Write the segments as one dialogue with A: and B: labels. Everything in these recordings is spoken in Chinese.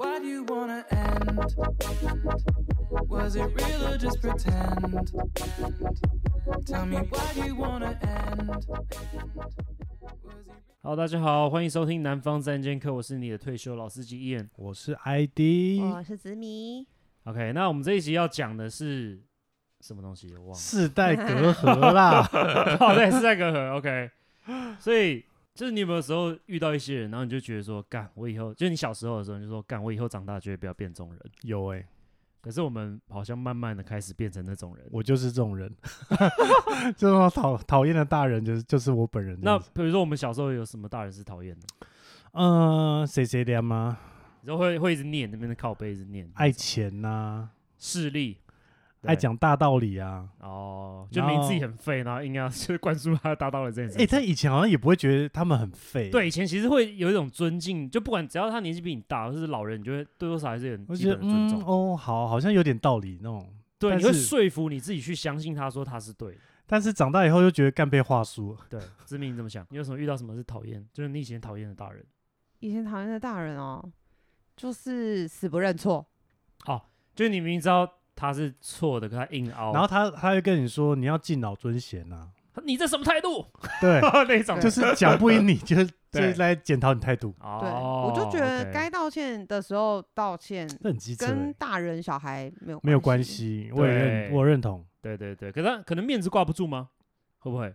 A: how'd you wanna end? Was it real or just pretend? Tell me why do you wanna end? Was it
B: 好，大家好，欢迎收听《南方三剑客》，我是你的退休老司机 Ian。
C: 我是 ID
D: 我是紫米，
B: OK，那我们这一集要讲的是什么东西？我忘了。
C: 世代隔阂啦，
B: 哦，对，是在隔阂。OK，所以就是你有没有时候遇到一些人，然后你就觉得说，干，我以后就是你小时候的时候，你就说，干，我以后长大绝对不要变这种人。
C: 有哎、
B: 可是我们好像慢慢的开始变成那种人。
C: 我就是这种人， 这种讨讨厌的大人就是就是我本人这
B: 那
C: 样子。
B: 比如说我们小时候有什么大人是讨厌的，
C: 嗯，谁谁的吗？
B: 你就会会一直念那边的靠背，一直念
C: 爱钱呐、
B: 势力，
C: 爱
B: 对
C: 讲大道理啊。
B: 哦，就
C: 然
B: 明
C: 后
B: 自己很废，然后硬要 就是灌输他达到了这件事情。
C: 哎、他以前好像也不会觉得他们很废。
B: 对，以前其实会有一种尊敬，就不管只要他年纪比你大，或是老人，你就会多多少少还是有点
C: 我
B: 基
C: 觉得
B: 本的尊
C: 嗯
B: 重。
C: 哦，好，好像有点道理那种。
B: 对，
C: 但
B: 你会
C: 是
B: 说服你自己去相信他说他是对的。
C: 但是长大以后又觉得干被话术了，
B: 对，志明你怎么想？你有什么遇到什么是讨厌，就是你以前讨厌的大人？
D: 以前讨厌的大人哦，就是死不认错，
B: 就是你明明知道他是错的，可他硬凹，
C: 然后他他会跟你说你要敬老尊贤 呐、
B: 他你这什么态度？
C: 对，
B: 那种
C: 就是讲不赢你，就是就
B: 对
C: 是来检讨你态度，
B: 哦
D: 对、我就觉得
B: OK
D: 该道歉的时候道歉，
C: 这很机车、
D: 跟
C: 欸，
D: 大人小孩没有
C: 没有关，系，我也认
B: 对
C: 我认同。
B: 对对对，可他可能面子挂不住吗？会不会？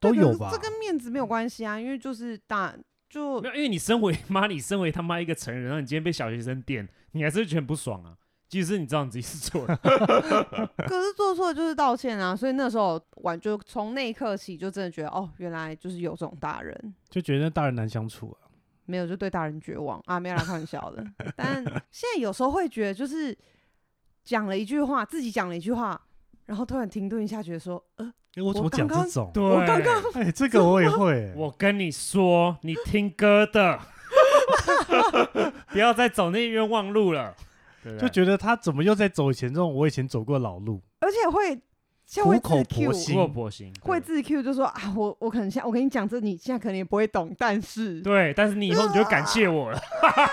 C: 都
D: 对可
C: 有
D: 是
C: 吧？嗯
D: 这跟面子没有关系啊，因为就是大就
B: 没有，因为你身为妈，你身为他妈一个成人，然后你今天被小学生电，你还是会觉得很不爽啊。即使你知道你自己是错 的，
D: 可是做错就是道歉啊，所以那时候完就从那一刻起就真的觉得哦，原来就是有这种大人。
C: 就觉得那大人难相处啊。
D: 没有，就对大人绝望啊，没有啦，开玩笑的。但现在有时候会觉得，就是讲了一句话，自己讲了一句话，然后突然停顿一下，觉得说，呃，
C: 哎，我怎
D: 我
C: 么讲
D: 刚
C: 这
D: 刚
C: 种？
B: 我
D: 刚
B: 刚
C: 哎，这个我也会。
B: 我跟你说，你听歌的， 不要再走那冤枉路了，对不
C: 就
B: 对
C: 觉得他怎么又在走以前这种我以前走过老 路？
D: 而且会现在会
C: 苦口
D: 自
C: 婆
D: Q，
C: 心
B: 苦口婆心，对
D: 会自 Q 就说啊，我我可能现在我跟你讲这，你现在可能也不会懂，但是
B: 对，但是你以后你就感谢我 了，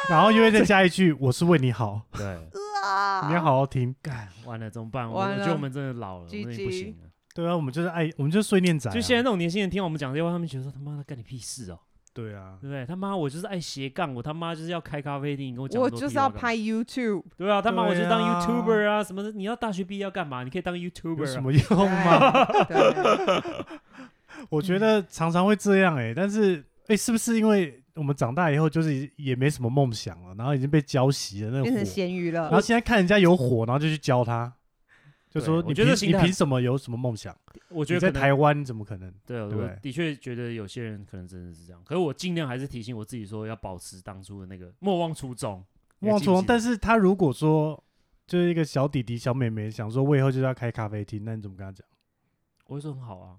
C: 然后又会再加一句“我是为你好
B: 对，”，
D: 啊，
C: 你要好好听。
B: 干完了怎么办？我
D: 完
B: 我觉得我
D: 了
B: 们真的老了，我们也不
D: GG
B: 行了。
C: 对啊，我们就是爱，我们就是碎念仔啊。
B: 就现在那种年轻人听我们讲这些话，他们觉得说他妈的干你屁事哦，
C: 对啊，
B: 对不对？他妈我就是爱斜杠，我他妈就是要开咖啡店，你跟我讲
D: 我
B: 那么多
D: 就是
B: 屁话
D: 要
B: 干嘛
D: 拍 YouTube，
B: 对啊，他妈我就
C: 对
B: 当
C: 啊
B: YouTuber 啊，什么的。你要大学毕业要干嘛？你可以当
C: 有
B: YouTuber
C: 什
B: 啊。
C: 么用吗？
D: 对对
C: 我觉得常常会这样哎、但是哎，是不是因为我们长大以后就是也没什么梦想了，然后已经被浇熄了那个
D: 变成
C: 火，
D: 咸鱼了
B: 呃
C: 然 后。现在看人家有火，然后就去浇他，就
B: 对
C: 说
B: 我
C: 你
B: 觉
C: 凭
B: 得心
C: 你
B: 态
C: 凭什么有什么梦想？
B: 我觉
C: 你
B: 得
C: 在
B: 可能
C: 台湾你怎么可能？
B: 对，啊
C: 对不
B: 我
C: 对
B: 的确觉得有些人可能真的是这样。可是我尽量还是提醒我自己说，要保持当初的那个莫忘初衷。
C: 忘
B: 初
C: 从，但是他如果说就是一个小弟弟、小妹妹，想说我以后就是要开咖啡厅，那你怎么跟 他讲？
B: 我会说很好 啊，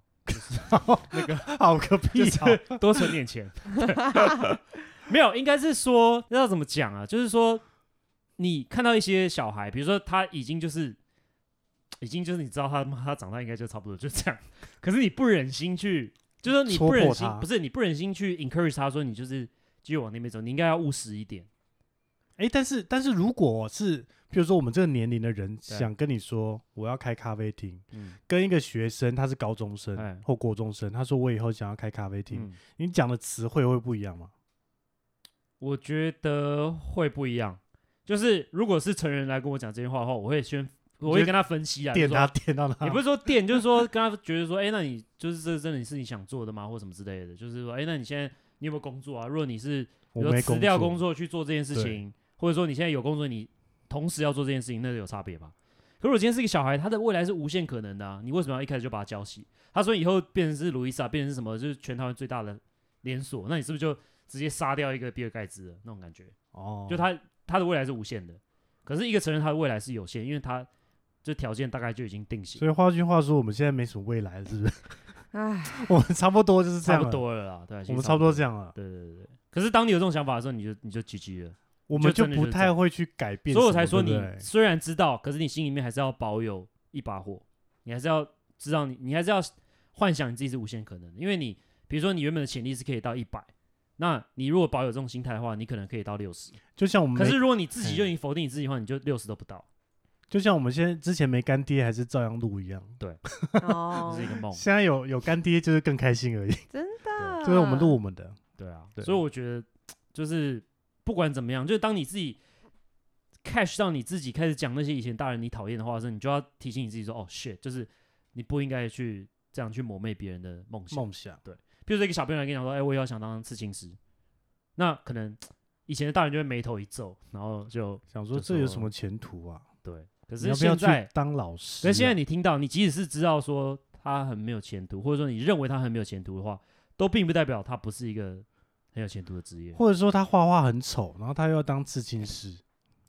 C: 那个 好个
B: 就
C: 屁啊！
B: 是多存点钱。
D: 哎
B: 对没有，应该是说要怎么讲啊？就是说你看到一些小孩，比如说他已经就是。已经就是你知道他妈他长大应该就差不多就这样，可是你不忍心去，就是说你
C: 戳
B: 不忍
C: 破
B: 心
C: 他，
B: 不是你不忍心去 encourage 他说你就是继续往那边走，你应该要务实一点。
C: 哎、但是但是如果是譬如说我们这个年龄的人想跟你说我要开咖啡厅，
B: 嗯
C: 跟一个学生他是高中生、
B: 哎
C: 或国中生，他说我以后想要开咖啡厅，
B: 嗯，
C: 你讲的词汇会不一样吗？
B: 我觉得会不一样。就是如果是成人来跟我讲这些话的话，我会先我会跟他分析啊，
C: 电
B: 就是说
C: 他电到他，
B: 也不是说电，就是说跟他觉得说，哎、那你就是这真的是你想做的吗，或什么之类的，就是说，哎、那你现在你有没有工作啊？如果你是比
C: 我
B: 如说
C: 没
B: 辞
C: 工
B: 掉
C: 作，
B: 工作去做这件事
C: 对
B: 情，或者说你现在有工作，你同时要做这件事情，那就有差别吧。可是我今天是一个小孩，他的未来是无限可能的、啊，你为什么要一开始就把他教习？他说以后变成是路易莎，变成是什么，就是全台湾最大的连锁，那你是不是就直接杀掉一个比尔盖茨的那种感觉？
C: 哦，
B: 就他他的未来是无限的，可是一个成人他的未来是有限，因为他这条件大概就已经定型了。
C: 所以换句话说，我们现在没什么未来了，是不是？
D: 唉，
C: 我们差不多就是这
B: 差
C: 样，
B: 不，多了啦，对，啊其实
C: 我们差不多这
B: 样。
C: 样了。
B: 对对对。可是当你有这种想法的时候，你就你就 GG 了，
C: 我
B: 就
C: 们就
B: 真的
C: 不
B: 就是这
C: 太
B: 样
C: 会去改变什
B: 所以
C: 么，
B: 我才说
C: 对
B: 你
C: 不对
B: 虽然知道，可是你心里面还是要保有一把火，你还是要知道你你还是要幻想你自己是无限可能的，因为你比如说你原本的潜力是可以到一百，那你如果保有这种心态的话，你可能可以到六十。
C: 就像我们
B: 可
C: 没
B: 是如果你自己就已经否定你自己的话，你就六十都不到，
C: 就像我们现在之前没干爹还是照样录一样，
B: 这
C: 嗯
D: 哦
B: 是一，个梦。
C: 现在有有干爹就是更开 心而已，
D: 真的，
C: 就是我们录我们的，
B: 对啊，
C: 对
B: 所以我觉得就是不管怎么样，就是当你自己 catch 到你自己开始讲那些以前大人你讨厌的话的时候，你就要提醒你自己说，哦 shit，就是你不应该去这样去磨灭别人的梦想。
C: 梦想，
B: 譬如说一个小朋友来跟你讲说，哎、我也要想当刺青师，那可能嗯以前的大人就会眉头一皱，然后就
C: 想说
B: 就说
C: 这有什么前途啊？
B: 对。可
C: 可
B: 是
C: 不要
B: 现
C: 去
B: 在，
C: 当老师啊？
B: 可是现在你听到，你即使是知道说他很没有前途，或者说你认为他很没有前途的话，都并不代表他不是一个很有前途的职业。
C: 或者说他画画很丑，然后他又要当刺青师，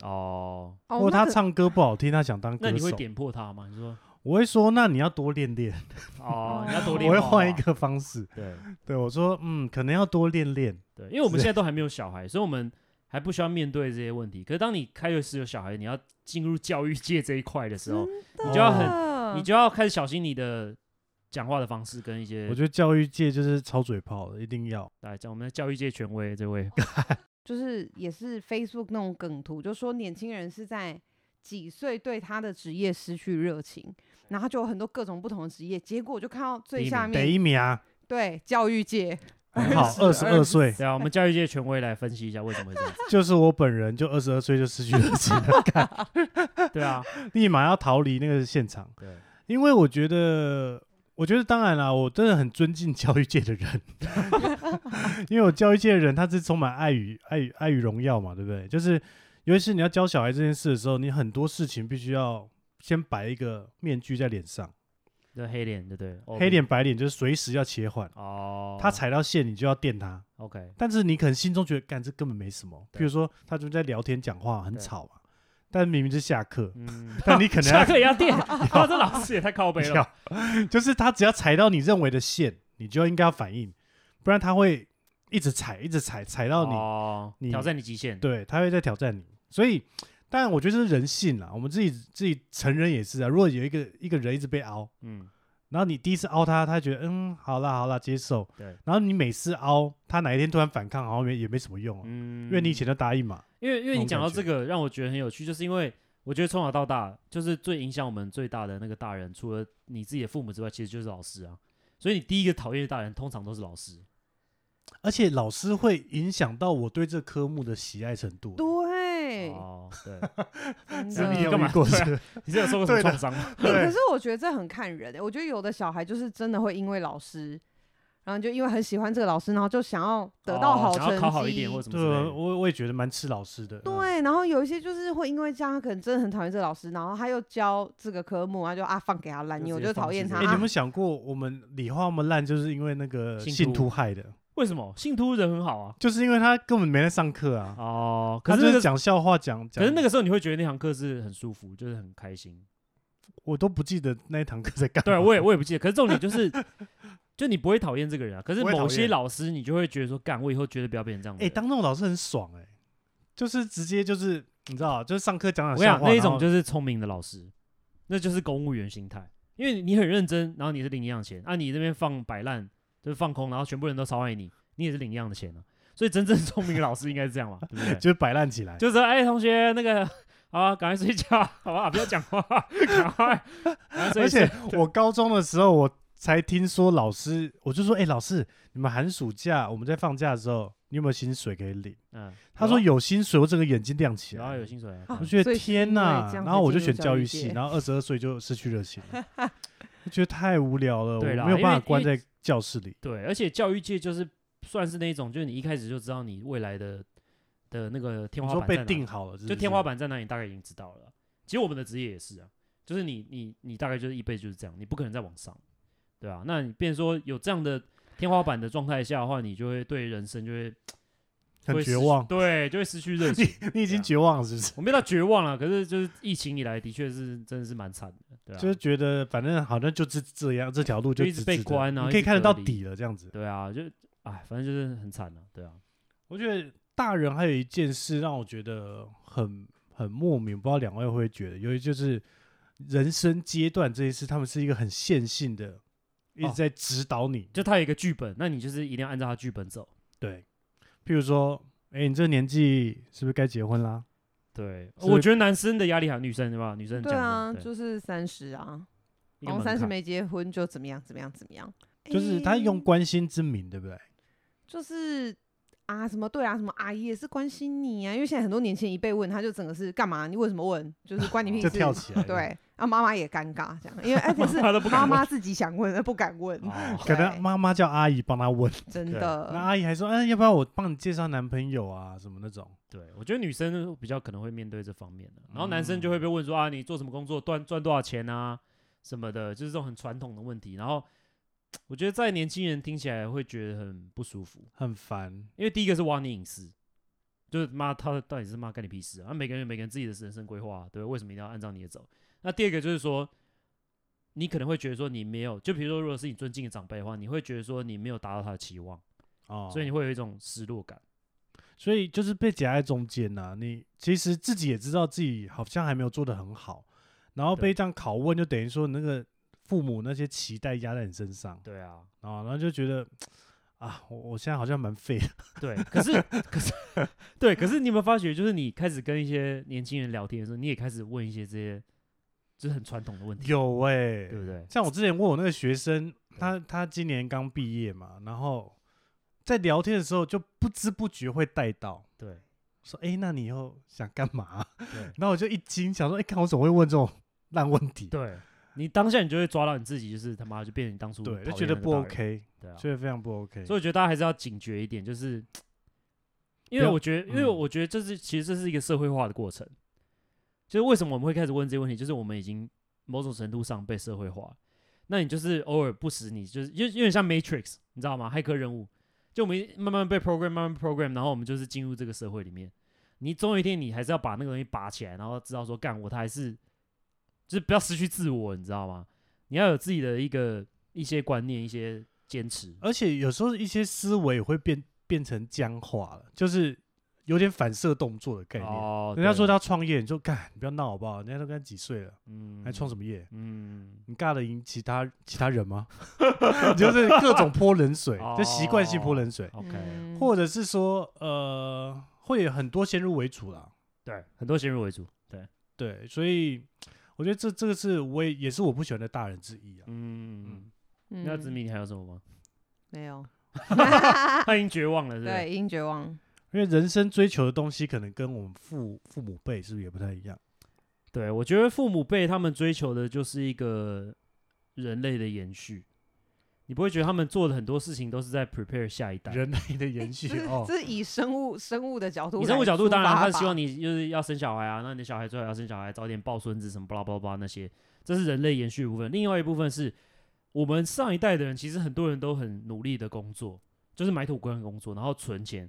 B: 哦，
D: 哦
C: 或者他
D: 那个
C: 唱歌不好听，他想当歌
B: 那
C: 手，
B: 你会点破他吗？你说
C: 我会说，那你要多练练，
B: 哦
D: 哦，
B: 你要多
C: 我
B: 练。
C: 会换一。个方式。
B: 对
C: 对我说，嗯，可能要多练练。
B: 对，因为我们现在都还没有小孩，所以我们还不需要面对这些问题。可是当你开始有小孩，你要进入教育界这一块的时候，
D: 真
B: 你就要很
D: 的
B: 你就要开始小心你的讲话的方式跟一些
C: 我。觉得教育界就是超嘴炮的，一定要。
B: 来讲我们的教育界权威这位，
D: 就是也是 Facebook 那种梗图，就说年轻人是在几岁对他的职业失去热情，然后他就有很多各种不同的职业，结果我就看到最
B: 第一
D: 下
B: 名
C: 第
D: 面
C: 一名啊，
D: 对教育界，
C: 很好， 二十二岁，
B: 对啊，我们教育界权威来分析一下为什么会这样子。
C: 就是我本人就二十二岁就失去热情 了，
B: 对啊，
C: 立马要逃离那个现场。
B: 对，
C: 因为我觉得，我觉得当然啦，我真的很尊敬教育界的人， 因为我教育界的人他是充满爱与爱与爱与荣耀嘛，对不对？就是尤其是你要教小孩这件事的时候，你很多事情必须要先摆一个面具在脸上，
B: 就黑脸，对不对？哦
C: 黑脸白脸就是随时要切换。
B: 哦，
C: 他踩到线，你就要电他，
B: OK，
C: 但是你可能心中觉得，干这根本没什么。
B: 对
C: 比如说，他就在聊天讲话，很
B: 对
C: 吵嘛，但明明是下 课，
B: 嗯，
C: 但 你可能要啊
B: 下课也要垫，他这老师也太靠 背了。
C: 就是他只要踩到你认为的线，你就应该要反应，不然他会一直踩，一直踩，踩到你，
B: 哦
C: 你
B: 挑战你极限，
C: 对他会在挑战你。所以，当然我觉得这是人性啦，我们自己自己成人也是啊。如果有一个一个人一直被凹，
B: 嗯，
C: 然后你第一次凹他，他觉得嗯好啦好啦接受，
B: 对，
C: 然后你每次凹他，哪一天突然反抗，好像也也没什么用、啊，
B: 嗯，
C: 因为你以前就答应嘛，
B: 因为因为
C: 那
B: 你
C: 种
B: 讲到
C: 感觉
B: 这个，让我觉得很有趣，就是因为我觉得从小到大，就是最影响我们最大的那个大人，除了你自己的父母之外，其实就是老师啊。所以你第一个讨厌的大人，通常都是老师。啊
C: 而且老师会影响到我对这科目的喜爱程度。
D: 对，
B: 哦，对，
D: 真
B: 是你
D: 的
B: 有干嘛
C: 遇过
B: 对啊
C: 这个
B: 你是有受过什么
C: 对的啊
B: 创伤吗？
D: 可是我觉得这很看人、欸，我觉得有的小孩就是真的会因为老师，然后就因为很喜欢这个老师，然后就想要 得到
B: 哦
D: 好
B: 想
D: 成
B: 要
D: 绩，
B: 考好一点或什么
C: 对
B: 之类
C: 啊，
B: 的。
C: 我我也觉得蛮吃老师的。
D: 对，啊然后有一些就是会因为这样，他可能真的很讨厌这个老师，然后他又教这个科目，他就啊放给他烂
B: 就
D: 泥，我
B: 直接
D: 就讨
B: 放弃
D: 厌
B: 这
D: 他。
C: 哎、
B: 个
C: 你有
D: 啊
C: 没有想过，我们理化那么烂，就是因为那个
B: 信
C: 信
B: 徒
C: 徒害的？
B: 为什么信徒人很好啊？
C: 就是因为他根本没在上课啊，
B: 哦，可
C: 哦他
B: 是
C: 就
B: 那
C: 是
B: 个
C: 讲笑话讲。
B: 可是那
C: 个
B: 个时候你会觉得那堂课是很舒服，就是很开心。
C: 我都不记得那一堂课在干嘛。
B: 对，啊我也我也不记得。可是重点就是，就你不会讨厌这个人啊。可是
C: 不会讨
B: 某些
C: 厌
B: 老师，你就会觉得说，干，我以后绝对不要变成这样的
C: 哎、
B: 人。
C: 当那种老师很爽哎、就是直接就是你知道，就是上课讲
B: 我跟
C: 讲
B: 你
C: 笑
B: 讲，
C: 话。
B: 那一
C: 然
B: 种
C: 后
B: 就是聪明的老师，那就是公务员心态，因为你很认真，然后你是领一样钱，啊，你这边放摆烂就是放空，然后全部人都超爱你，你也是领一样的钱啊。所以真正聪明的老师应该是这样嘛，对不对？
C: 就是摆烂起来。
B: 就是说哎、同学，那个好啊，赶快睡觉，好吧，不要讲话， 赶快，赶快睡
C: 而且
B: 觉
C: 我高中的时候，我才听说老师，我就说，哎、老师，你们寒暑假我们在放假的时候，你有没有薪水可以领？
B: 嗯，
C: 他说
B: 有
C: 有薪水，我整个眼睛亮起来。
B: 啊，然后有薪水啊，
D: 啊
B: 嗯
C: 我觉
D: 所
C: 得
D: 以是因
C: 天
D: 为
C: 呐，
D: 这样
C: 然
D: 才
C: 后我就
D: 进
C: 选
D: 入教
C: 教
D: 育
C: 育
D: 界
C: 系，然后二十二岁就失去热情 了我觉得太无聊了，我
B: 对啦
C: 没有
B: 因
C: 办
B: 为
C: 法关
B: 因为
C: 在教室里。
B: 对，而且教育界就是算是那一种，就是你一开始就知道你未来的的那个天
C: 你
B: 花
C: 说
B: 板在
C: 被
B: 哪
C: 定好了，是
B: 就
C: 不
B: 天
C: 是
B: 花。板在哪里，大概已经知道了。其实我们的职业也是啊，就是你你你大概就是一辈子就是这样，你不可能再往上，对啊，那你变成说有这样的天花板的状态下的话，你就会对人生就会
C: 很
B: 会
C: 绝
B: 失去
C: 望，
B: 对，就会失去热情。
C: 你
B: 对
C: 已
B: 啊
C: 经绝望了，是不是？
B: 我没有到绝望了，可是就是疫情以来，的确是真的是蛮惨的，对啊，
C: 就是觉得反正好像就是这样，这条路
B: 就一直
C: 直
B: 被
C: 直的
B: 关然后
C: 你
B: 一
C: 可以
B: 直
C: 看得
B: 隔
C: 到
B: 离
C: 底了这样子。
B: 对啊，就哎，反正就是很惨了、对啊，
C: 我觉得大人还有一件事让我觉得很很莫名，不知道两位会不会觉得，由于就是人生阶段这一事，他们是一个很线性的，一
B: 哦
C: 直在指导你。
B: 就他有一个剧本，那你就是一定要按照他剧本走，
C: 对，譬如说，哎、你这个年纪是不是该结婚啦？
B: 对，
C: 所以
B: 我觉得男生的压力还有女生对吧？女生
D: 对
B: 讲的
D: 啊，
B: 对
D: 就是三十啊，
B: 一个
D: 然后三
B: 门
D: 十
B: 槛
D: 没结婚就怎么样怎么样怎么样，
C: 就是他
D: 诶
C: 用关心之名，对不对？
D: 就是啊什么对啊什么阿姨也是关心你啊，因为现在很多年轻人一被问，他就整个是干嘛？你为什么问？就是关你屁
C: 就
D: 事，
C: 跳起 来了
D: 对，然后妈妈也尴尬这样，因 为而且是
B: 妈妈都不敢
D: 妈
B: 问
D: 妈自己想问，而不敢问，
B: 哦
C: 可
D: 对
C: 能妈妈叫阿姨帮他问，
D: 真
B: 对
C: 那
D: 的。
C: 阿姨还说，哎、要不要我帮你介绍男朋友啊，什么那种。
B: 对，我觉得女生比较可能会面对这方面的，然后男
C: 嗯
B: 生就会被问说啊，你做什么工作，赚赚多少钱啊，什么的，就是这种很传统的问题。然后我觉得在年轻人听起来会觉得很不舒服，
C: 很烦，
B: 因为第一个是挖你隐私，就是妈他到底是妈干你屁事啊？啊每个人有每个人自己的人生规划，啊对吧？为什么一定要按照你的走？那第二个就是说，你可能会觉得说你没有，就比如说如果是你尊敬的长辈的话，你会觉得说你没有达到他的期望，
C: 哦，
B: 所以你会有一种失落感。
C: 所以就是被夹在中间呐、你其实自己也知道自己好像还没有做得很好，然后
B: 对
C: 被这样拷问，就等于说你那个父母那些期待压在你身上
B: 对啊，
C: 啊、然后就觉得啊，我我现在好像蛮废 的，
B: 对，可是可是 对，可是你有没有发觉，就是你开始跟一些年轻人聊天的时候，你也开始问一些这些就是很传统的问题，
C: 有哎、
B: 对不对？
C: 像我之前问我那个学生，他他今年刚毕业嘛，然后在聊天的时候就不知不觉会带到。
B: 对
C: 说哎、那你以后想干嘛？啊
B: 对
C: 然后我就一惊，想说哎，看、我怎么会问这种烂问题？
B: 对，你当下你就会抓到你自己，就是他妈就变成你当初
C: 对，
B: 讨
C: 就觉
B: 厌那
C: 得
B: 个
C: 不
B: 大人
C: OK，
B: 对啊，
C: 觉得非常不 OK。
B: 所以我觉得大家还是要警觉一点，就是因为
C: 要
B: 我觉得，因为
C: 嗯
B: 我觉得这是其实这是一个社会化的过程，就是为什么我们会开始问这些问题，就是我们已经某种程度上被社会化。那你就是偶尔不时，你就是有有点像 Matrix，你知道吗？骇客任务，就我们慢慢被 program，慢慢 program，然后我们就是进入这个社会里面。你总有一天，你还是要把那个东西拔起来，然后知道说，干我他还是就是不要失去自我，你知道吗？你要有自己的一个一些观念，一些坚持。
C: 而且有时候一些思维也会变变成僵化了，就是有点反射动作的概念。
B: 哦，
C: 人家说
B: 对
C: 他要创业，你就干，你不要闹好不好？人家都跟他几岁了，
B: 嗯
C: 还创什么业？
B: 嗯，
C: 你尬得赢其他其他人吗？ 就是各种泼冷水，
B: 哦
C: 就习惯性泼冷水，
B: OK，
D: 嗯
C: 或者是说呃，会有很多先入为主啦。
B: 对，很多先入为主，对，
C: 对，所以我觉得这这个是我也也是我不喜欢的大人之一啊。
B: 嗯，那
D: 嗯
B: 子敏你还有什么吗？
D: 没有，
B: 他已经绝望了，是不是？
D: 啊对，已经绝望。
C: 因为人生追求的东西可能跟我们父父母辈是不是也不太一样？
B: 对，我觉得父母辈他们追求的就是一个人类的延续，你不会觉得他们做的很多事情都是在 prepare 下一代。
C: 人类的延 续
D: 这是
C: 哦，
D: 这是以生物生物的角度来
B: 你
D: 出发吧，
B: 生活角度当然他是希望你就是要生小孩啊，那你的小孩最好要生小孩，早点抱孙子什么巴拉巴拉巴拉那些，这是人类延续的部分。另外一部分是我们上一代的人，其实很多人都很努力的工作，就是埋头苦干工作，然后存钱，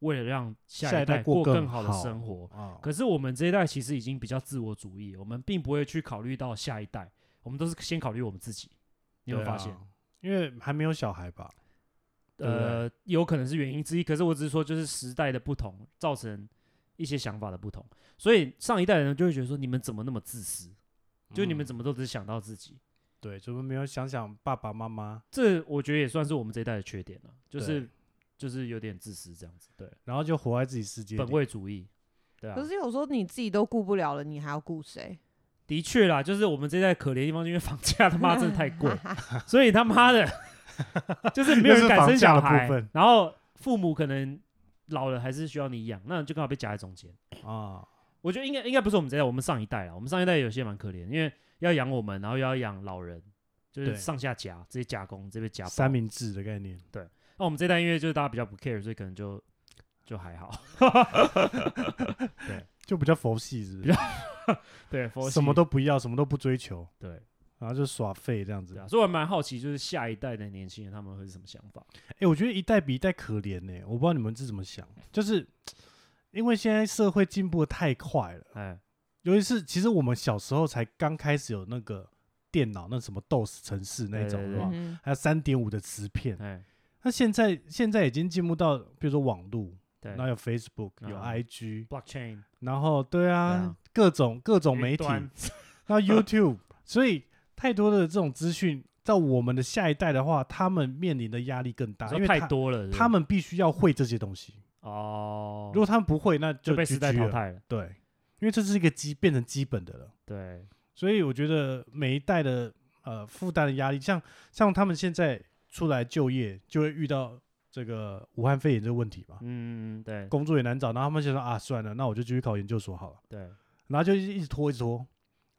B: 为了让
C: 下
B: 下
C: 一代过
B: 过
C: 更
B: 更好的
C: 好
B: 生活。
C: 啊，
B: 可是我们这一代其实已经比较自我主义，我们并不会去考虑到下一代，我们都是先考虑我们自己。你有没有
C: 对
B: 发
C: 啊
B: 现？？
C: 因为还没有小孩吧？对不对
B: 呃，有可能是原因之一，可是我只是说，就是时代的不同造成一些想法的不同，所以上一代人就会觉得说，你们怎么那么自私？
C: 嗯
B: 就你们怎
C: 么
B: 么都只想到自己？
C: 对？怎么没有想想爸爸妈妈？
B: 这我觉得也算是我们这一代的缺点了，就是
C: 对
B: 就是有点自私这样子，对，
C: 然后就活在自己世界里。
B: 本位主义，对啊
D: 可，是有时候你自己都顾不了了，你还要顾谁？
B: 的确啦，就是我们这一代可怜的地方，因为房价他妈真的太 贵，所以他妈 的，就是没有人敢生小
C: 又是房价的
B: 孩
C: 部分，
B: 然后父母可能老了还是需要你养，那就刚好被夹在中间。
C: 啊，
B: 我觉得应该应该不是我们这一代，我们上一代啦。我们上一代有些蛮可怜，因为要养我们，然后又要养老人，就
C: 对
B: 是上下夹，直接夹攻，直接被夹爆
C: 三。明治的概念，
B: 那我们这一代因为就是大家比较不 care，所以可能就就还 好。
C: 就比较佛系，是不是？
B: 对，佛系
C: 什么都不要，什么都不追求，
B: 对
C: 然后就耍废这样子
B: 对。啊。所以我蛮好奇，就是下一代的年轻人他们会是什么想法？
C: 哎，我觉得一代比一代可怜呢。我不知道你们是怎么想，就是因为现在社会进步的太快了，
B: 哎，
C: 尤其是其实我们小时候才刚开始有那个电脑，那什么 DOS 城市那种，
B: 对对
C: 是
B: 对
C: 吧？
D: 嗯
C: 还有三点五的磁片。
B: 哎，
C: 那现在现在已经进步到，比如说网络，
B: 对
C: 然后有 Facebook，有
B: 啊
C: IG，
B: ，blockchain
C: 然后对
B: 对
C: 啊
B: 啊，
C: 各种各种媒
B: 云
C: 体，
B: 端
C: 然后 YouTube，所以太多的这种资讯在我们的下一代的话，他们面临的压力更大，
B: 说
C: 啊因为
B: 太
C: 他
B: 多了是不是
C: 他们必须要会这些东西。
B: 哦，
C: 如果他们不会，那
B: 就被
C: GG
B: 时代淘
C: 了。
B: 汰了。
C: 对，因为这是一个基变成基本的了。
B: 对，
C: 所以我觉得每一代的呃负担的压力，像像他们现在出来就业，就会遇到这个武汉肺炎这个问题嘛，
B: 嗯，对
C: 工作也难找，然后他们就说啊，算了，那我就继续考研究所好了，
B: 对，
C: 然后就一直一直拖一直拖，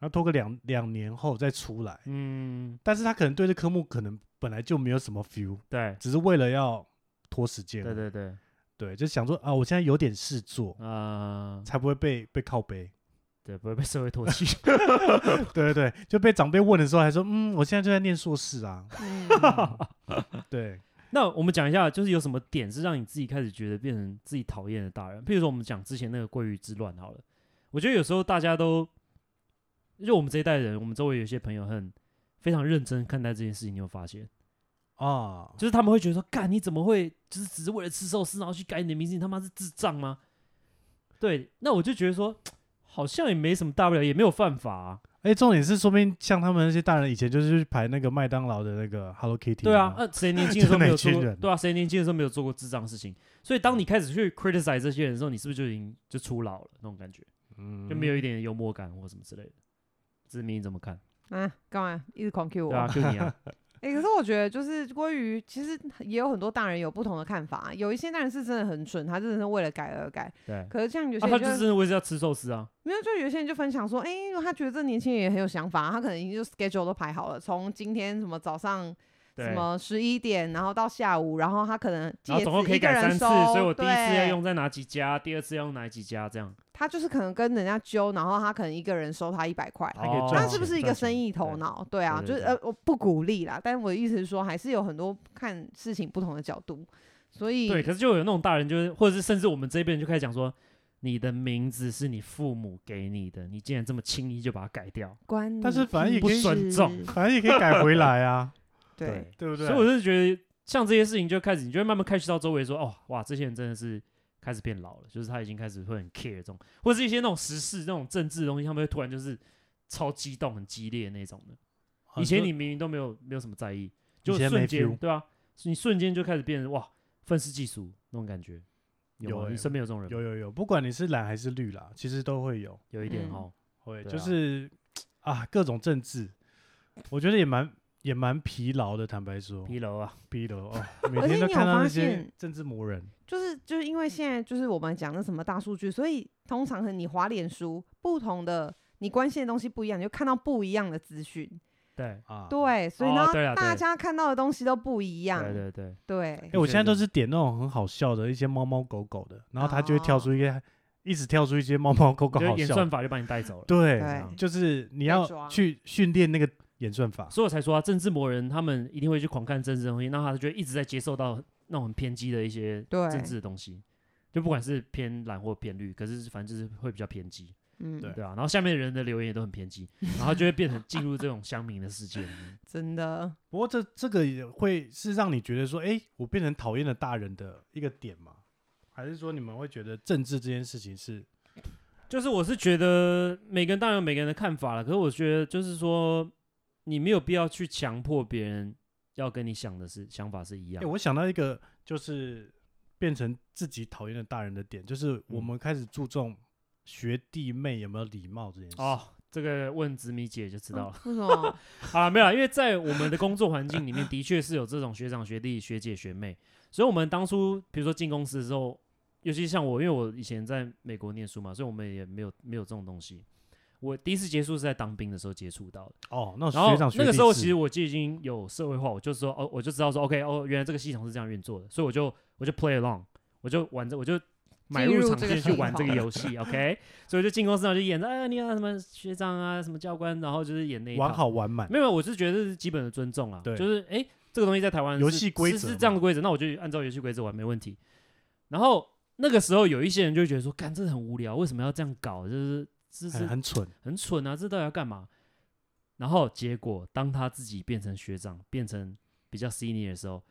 C: 然后拖个两两年后再出来，
B: 嗯，
C: 但是他可能对这科目可能本来就没有什么 feel，
B: 对，
C: 只是为了要拖时间，
B: 对对对，
C: 对，就想说啊，我现在有点事做，
B: 啊，
C: 才不会被被 靠背。
B: 对，不会被社会唾弃。
C: 对对对，就被长辈问的时候还说，嗯，我现在就在念硕士 啊。
D: 嗯，
C: 对，
B: 那我们讲一下，就是有什么点是让你自己开始觉得变成自己讨厌的大人？譬如说，我们讲之前那个鲑鱼之乱好了，我觉得有时候大家都，就我们这一代人，我们周围有些朋友很非常认真看待这件事情，你有发现？
C: 啊，
B: 就是他们会觉得说，干你怎么会就是只是为了吃寿司然后去改你的名字，你他妈是智障吗？对，那我就觉得说，好像也没什么大不了，也没有犯法、啊。
C: 哎，重点是，说不定像他们那些大人以前就是去排那个麦当劳的那个 Hello Kitty。
B: 对啊，，那、谁年轻的时候没有做
C: 就那群
B: 过？
C: 人
B: 对啊，谁年轻的时候没有做过智障的事情？所以当你开始去 criticize 这些人的时候，你是不是就已经就出老了那种感觉，
C: 嗯
B: 就没有一点幽默感或什么之类的？志明你怎么看？
D: 啊，干嘛一直狂 Q 我？
B: 对啊，就你啊，
D: 哎、可是我觉得就是关于，其实也有很多大人有不同的看法，啊有一些大人是真的很蠢，他真的是为了改而改。
B: 对，啊，
D: 可是像有些
B: 他
D: 人
B: 就
D: 就、
B: 真的为是要吃寿司啊，
D: 没有，就有些人就分享说，哎、他觉得这年轻人也很有想法，他可能已经就 schedule 都排好了，从今天什么早上什
B: 对，
D: 么十一点，然后到下午，然后他可能
B: 然后
D: 戒
B: 总共
D: 指
B: 可以
D: 一个
B: 改
D: 人
B: 三次，
D: 收
B: 所以我第一次要
D: 对
B: 用在哪几家，第二次要用哪几家，这样
D: 他就是可能跟人家揪，然后他可能一个人收他一百块。
C: 他可以
B: 哦
C: 赚
D: 那
C: 钱
D: 是不是一个生意头脑？对啊，
B: 对
D: 就
B: 对
D: 是
B: 对
D: 呃，我不鼓励啦。但我的意思是说，还是有很多看事情不同的角度，所以
B: 对，可是就有那种大人，就是或者是甚至我们这边就开始讲说，你的名字是你父母给你的，你竟然这么轻易就把它改掉，
D: 关
C: 但是
D: 你
C: 反正也
D: 屁
B: 可以尊
D: 事
B: 重
C: 反正也可以改回来啊，
D: 对，
C: 对不对？
B: 所以我是觉得，像这些事情就开始，你就会慢慢开始到周围说，哦，哇，这些人真的是开始变老了，就是他已经开始会很 care 这种，或者是一些那种时事、那种政治的东西，他们会突然就是超激动、很激烈那种的。
C: 啊
B: 以前你明明都没有没有什么在意，就
C: 以前没
B: 瞬间
C: feel
B: 对啊，你瞬间就开始变成哇愤世嫉俗那种感觉，有吗
C: 有欸
B: 你身边有这种人吗？
C: 有有有，不管你是蓝还是绿啦，其实都会有，
B: 有一点
D: 嗯
B: 哦，
C: 会
B: 对
C: 就
B: 啊
C: 是啊，各种政治，我觉得也蛮也蛮疲劳的，坦白说，
B: 疲劳啊，
C: 疲劳 哦，每
D: 而且
C: 天都
D: 你有
C: 看到
D: 发
C: 那些
D: 现
C: 政治魔人，
D: 就是就是因为现在就是我们讲的什么大数据，所以通常和你滑脸书不同的。你关心的东西不一样，你就看到不一样的资讯，
B: 对
C: 啊，
D: 对，所以
B: 哦
D: 呢，
B: 对啦对
D: 大家看到的东西都不一样，
B: 对对对，
D: 对
C: 哎、我现在都
B: 确
C: 是点那种很好笑的一些猫猫狗狗的，然后它就会
D: 哦
C: 跳出一些，一直跳出一些猫猫狗狗
B: 就
C: 好
B: 演
C: 笑
B: 算
C: 的。
B: 法就把你带走了。
C: 对，
D: 对
C: 就是你
D: 被抓
C: 要去训练那个演算法。
B: 所以我才说啊，政治魔人他们一定会去狂看政治的东西，那他就会一直在接受到那种很偏激的一些
D: 对
B: 政治的东西，就不管是偏蓝或偏绿，可是反正就是会比较偏激，
D: 嗯，
C: 对
B: 对啊，然后下面的人的留言也都很偏 激，然后就会变成进入这种乡民的世界里面。
D: 真的，
C: 不过这这个也会是让你觉得说，哎、我变成讨厌的大人的一个点吗？还是说你们会觉得政治这件事情是
B: 就是我是觉得每个人当然有每个人的看法了，可是我觉得就是说你没有必要去强迫别人要跟你想的是想法是一样
C: 哎、我想到一个，就是变成自己讨厌的大人的点，就是我
B: 嗯
C: 们开始注重学弟妹有没有礼貌这件事。
B: 哦，这个问紫米姐就知道了。
D: 为什么？
B: 啊，没有啦，因为在我们的工作环境里面，的确是有这种学长、学弟、学姐、学妹，所以我们当初比如说进公司的时候，尤其像我，因为我以前在美国念书嘛，所以我们也没有没有这种东西。我第一次接触是在当兵的时候接触到的，
C: 哦，那
B: 然后
C: 学长学弟
B: 那个时候
C: 制
B: 其实我就已经有社会化，我就说哦，我就知道说 OK 哦，原来这个系统是这样运作的，所以我就我就 play along，我就玩这我就买
D: 进入
B: 入场
D: 这个
B: 线去
D: 系
B: 玩这个
D: 统
B: 游戏，OK，所以我就进公司然后就演着哎你啊什么学长啊什么教官，然后就是演那一套
C: 玩好玩满。哎
B: 没有，我是觉得这是基本的尊重啊。
C: 对
B: 就是哎、诶这个东西在台湾
C: 游
B: 是
C: 戏规
B: 是
C: 则
B: 是
C: 嘛
B: 这样的规则，那我就按照游戏规则玩没问题。然后那个时候有一些人就会觉得说，干，这很无聊，为什么要这样搞？就是这
C: 很
B: 是
C: 哎很蠢，
B: 很蠢啊，这到底要干嘛？然后结果当他自己变成学长，变成比较 senior 的时候，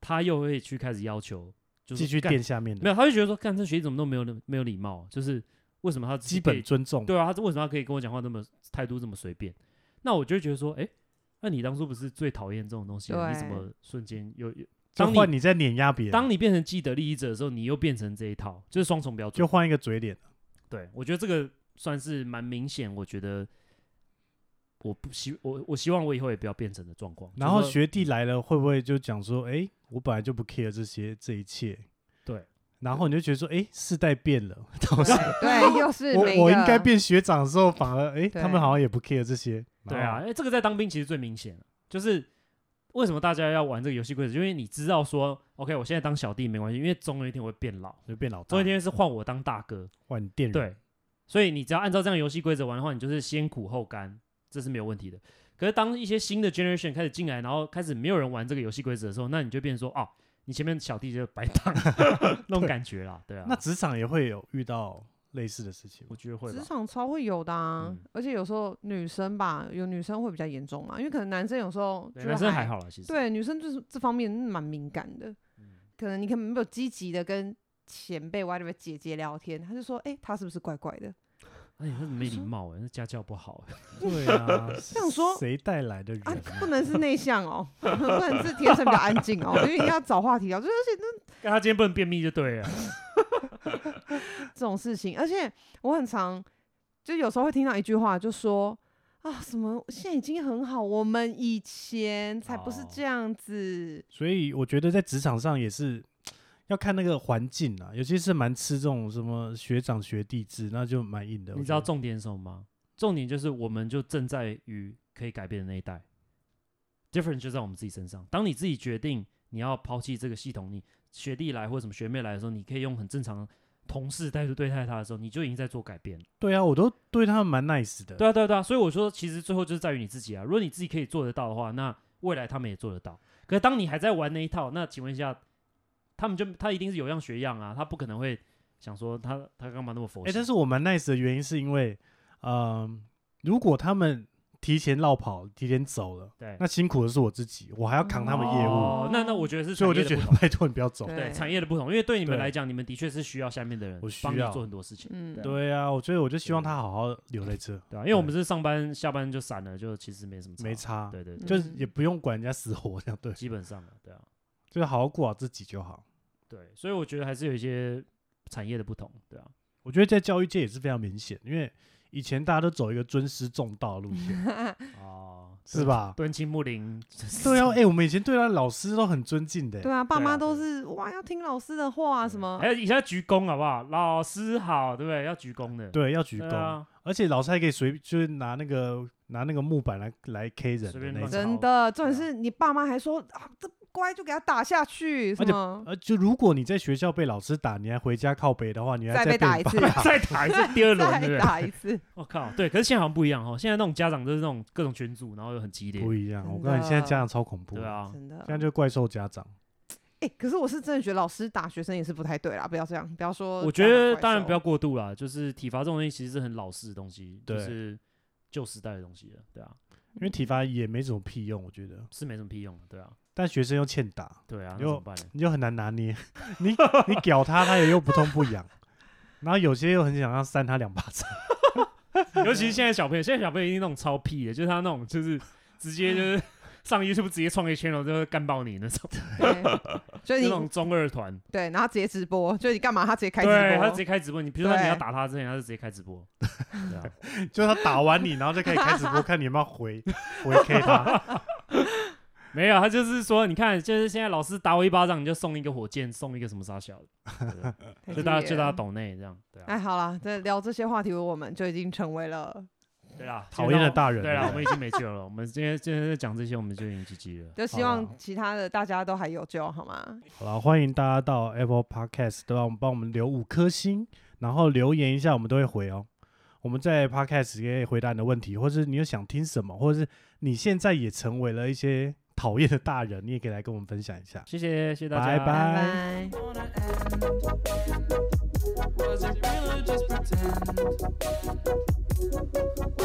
B: 他又会去开始要求，就是
C: 继续
B: 干
C: 垫下面
B: 没
C: 的
B: 有，他就觉得说，干这学弟怎么都没有没有礼貌，就是为什么他自己
C: 基
B: 可以
C: 本尊重。
B: 对啊，他为什么他可以跟我讲话那么态度这么随便？那我就会觉得说，哎、那你当初不是最讨厌这种东西吗？你怎
D: 对
B: 么瞬间又又
C: 就
B: 当
C: 换
B: 你
C: 你在碾压别人，
B: 当你变成既得利益者的时候，你又变成这一套，就是双重标准
C: 就。换一个嘴脸。
B: 对，我觉得这个算是蛮明显，我觉得我不希我我希望我以后也不要变成的状况。
C: 然后
B: 就是说
C: 学弟来了，会不会就讲说，哎、我本来就不 care 这些这一切，
B: 对，
C: 然后你就觉得说，哎、世代变了，到时候
D: 对，又 是每
C: 我我应该
D: 个
C: 变学长的时候，反而哎、
D: 对
C: 他们好像也不 care 这些。
B: 对
C: 然
B: 啊，
C: 后
B: 因，为这个在当兵其实最明显了，就是为什么大家要玩这个游戏规则，因为你知道说，OK，我现在当小弟没关系，因为总有一天我会变老，
C: 就变老大
B: 总有一，天是换我当大哥。
C: 换
D: 嗯
C: 电人，
B: 对，所以你只要按照这样游戏规则玩的话，你就是先苦后甘，这是没有问题的。可是当一些新的 generation 开始进来，然后开始没有人玩这个游戏规则的时候，那你就变成说，哦，你前面小弟就白 当那种感觉啦，对啊。
C: 那职场也会有遇到类似的事情吗
B: 我觉得会吧
D: 职，场超会有的啊，
B: 嗯
D: 而且有时候女生吧，有女生会比较严重啊嘛，因为可能男生有时候
B: 对
D: 就
B: 男生还，好啦，其实。嗯
D: 对女生就是这方面蛮敏感的，可能你可能没有积极的跟前辈 whatever 姐姐聊天，他就说，哎、他是不是怪怪的？
B: 哎，那没礼貌哎，那家教不好 哎。
C: 对 啊，
D: 想说
C: 谁带来的人
D: 啊
C: 啊、，
D: 不能是内向哦， 不能是天生比较安静哦，因为你要找话题聊，就是
B: 但他今天不能便秘就对了。
D: 这种事情，而且我很常就有时候会听到一句话，就说啊什么现在已经很好，我们以前才不是
B: 哦
D: 这样子，
C: 所以我觉得在职场上也是要看那个环境啊，尤其是蛮吃这种什么学长学弟制，那就蛮硬的。
B: 你
C: 我
B: 知道
C: 觉得
B: 重点是什么吗？重点就是我们就正在于可以改变的那一代，different 就在我们自己身上。当你自己决定你要抛弃这个系统，你学弟来或者什么学妹来的时候，你可以用很正常同事态度对待他的时候，你就已经在做改变了。
C: 对啊，我都对他们蛮 nice 的。
B: 对啊，对啊，对啊。所以我说，其实最后就是在于你自己啊。如果你自己可以做得到的话，那未来他们也做得到。可是当你还在玩那一套，那请问一下，他们就他一定是有样学样啊，他不可能会想说他他干嘛那么佛
C: 哎、
B: 系？
C: 但是我蛮 nice 的原因是因为，嗯、如果他们提前绕跑、提前走了，
B: 对
C: 那辛苦的是我自己，我还要扛他们业务，
B: 哦、那那我觉得是
C: 所
B: 产业的不
C: 以我就觉
B: 同，
C: 得拜托你不要走。
D: 对
B: 对产业的不同，因为对你们
C: 对
B: 来讲，你们的确是需要下面的人
C: 我需
B: 帮你
C: 要
B: 做很多事情，
D: 嗯，
C: 对啊，我觉得我就希望他好好留在这，
B: 对啊，因为我们是上班下班就散了，就其实没什么
C: 没，差，啊
B: 对对
D: 嗯
B: 对，
C: 就是也不用管人家死活这样，对，
B: 基本上了，对啊，
C: 就是好好顾好自己就好。
B: 对，所以我觉得还是有一些产业的不同， 对啊，
C: 我觉得在教育界也是非常明显，因为以前大家都走一个尊师重道 的路
D: 嗯
C: 线，
D: 啊
B: 哦，
C: 是？吧？
B: 敦亲睦邻，
C: 对啊，哎、我们以前对他老师都很尊敬的、
D: 对啊，爸
B: 对啊
D: 妈都
B: 对
D: 是哇要听老师的 话啊什么
B: 还，有以前要鞠躬好不好？老师好，对不对？要鞠躬的，
C: 对，要鞠
B: 对
C: 躬，
B: 啊，
C: 而且老师还可以随就是拿那个拿那个木板来来 K 人的
B: 随便
C: 那
B: 乱
C: 种，
B: 吵
D: 真的，重点
B: 对
D: 是你爸妈还说啊这不乖就给他打下去，什
C: 而且
D: 么
C: 呃，就如果你在学校被老师打，你还回家靠背的话，你还
D: 再
C: 被
D: 被打
C: 你
D: 一
C: 爸
D: 次
C: 打
B: 再打一次第 二轮，对
D: 再
B: 不对？
D: 打一次，
B: 我靠，对，可是现在好像不一样哦，现在那种家长都是那种各种群组，然后又很激烈
C: 不，一样。我
D: 真
C: 告诉你，现在
D: 的
C: 家长超恐怖，
B: 对，啊，
D: 真的
C: 现。在就怪兽家长。
D: 哎，可是我是真的觉得老师打学生也是不太对啦，不要这样，不要说
B: 我
D: 家
B: 觉
D: 长
B: 得
D: 怪
B: 当然
D: 兽
B: 不要过度啦，就是体罚这种东西其实是很老式的东西，就
C: 对
B: 是旧时代的东西了，对啊，
C: 因为体罚也没什么屁用，我觉得，
B: 是没什么屁用的，对啊，
C: 但学生又欠打，
B: 对啊，那
C: 就
B: 怎么办呢？
C: 你就很难拿捏。 你你屌他，他也又不痛不 痒，然后有些又很想要扇他两巴掌。
B: 尤其是现在小朋友，现在小朋友一定那种超屁的，就是他那种就是直接就是 上 YouTube 直接创一圈了，就会干爆你那种，
D: 对，就
B: 那
D: 你
B: 种中二团，
D: 对，然后直接直播，就你干嘛，他直接开直
B: 对他
D: 播，
B: 直接开直播，你比如说你
D: 对
B: 要打他之前，他就直接开直播，对啊，
C: 就是他打完你，然后就可以开直 播，看你有没有回回 K 他。
B: 没有，他就是说，你看，就是现在老师打我一巴掌，你就送一个火箭，送一个什么啥小的，对 啊
D: 太
B: 就
D: 激
B: 大家
D: 烈
B: 就大家
D: 了
B: 懂内这样，对
D: 哎，
B: 啊，
D: 好啦，这聊这些话题，我们就已经成为了，
B: 对啊，
C: 讨厌的
B: 大。
C: 大人，
B: 对啦，
C: 不
B: 我们已经没救了。我们今天今天在讲这些，我们就已经 GG 了。
D: 就希
C: 好啦
D: 望其他的大家都还有救，好吗？
C: 好了，欢迎大家到 Apple Podcast 对吧？我们帮我们留五颗星，然后留言一下，我们都会回哦。我们在 Podcast 也可以回答你的问题，或是你有想听什么，或者是你现在也成为了一些讨厌的大人，你也可以来跟我们分享一下。
B: 谢谢，谢谢大家，
C: 拜拜
D: 拜拜。
A: wanna end? Was it real or just pretend?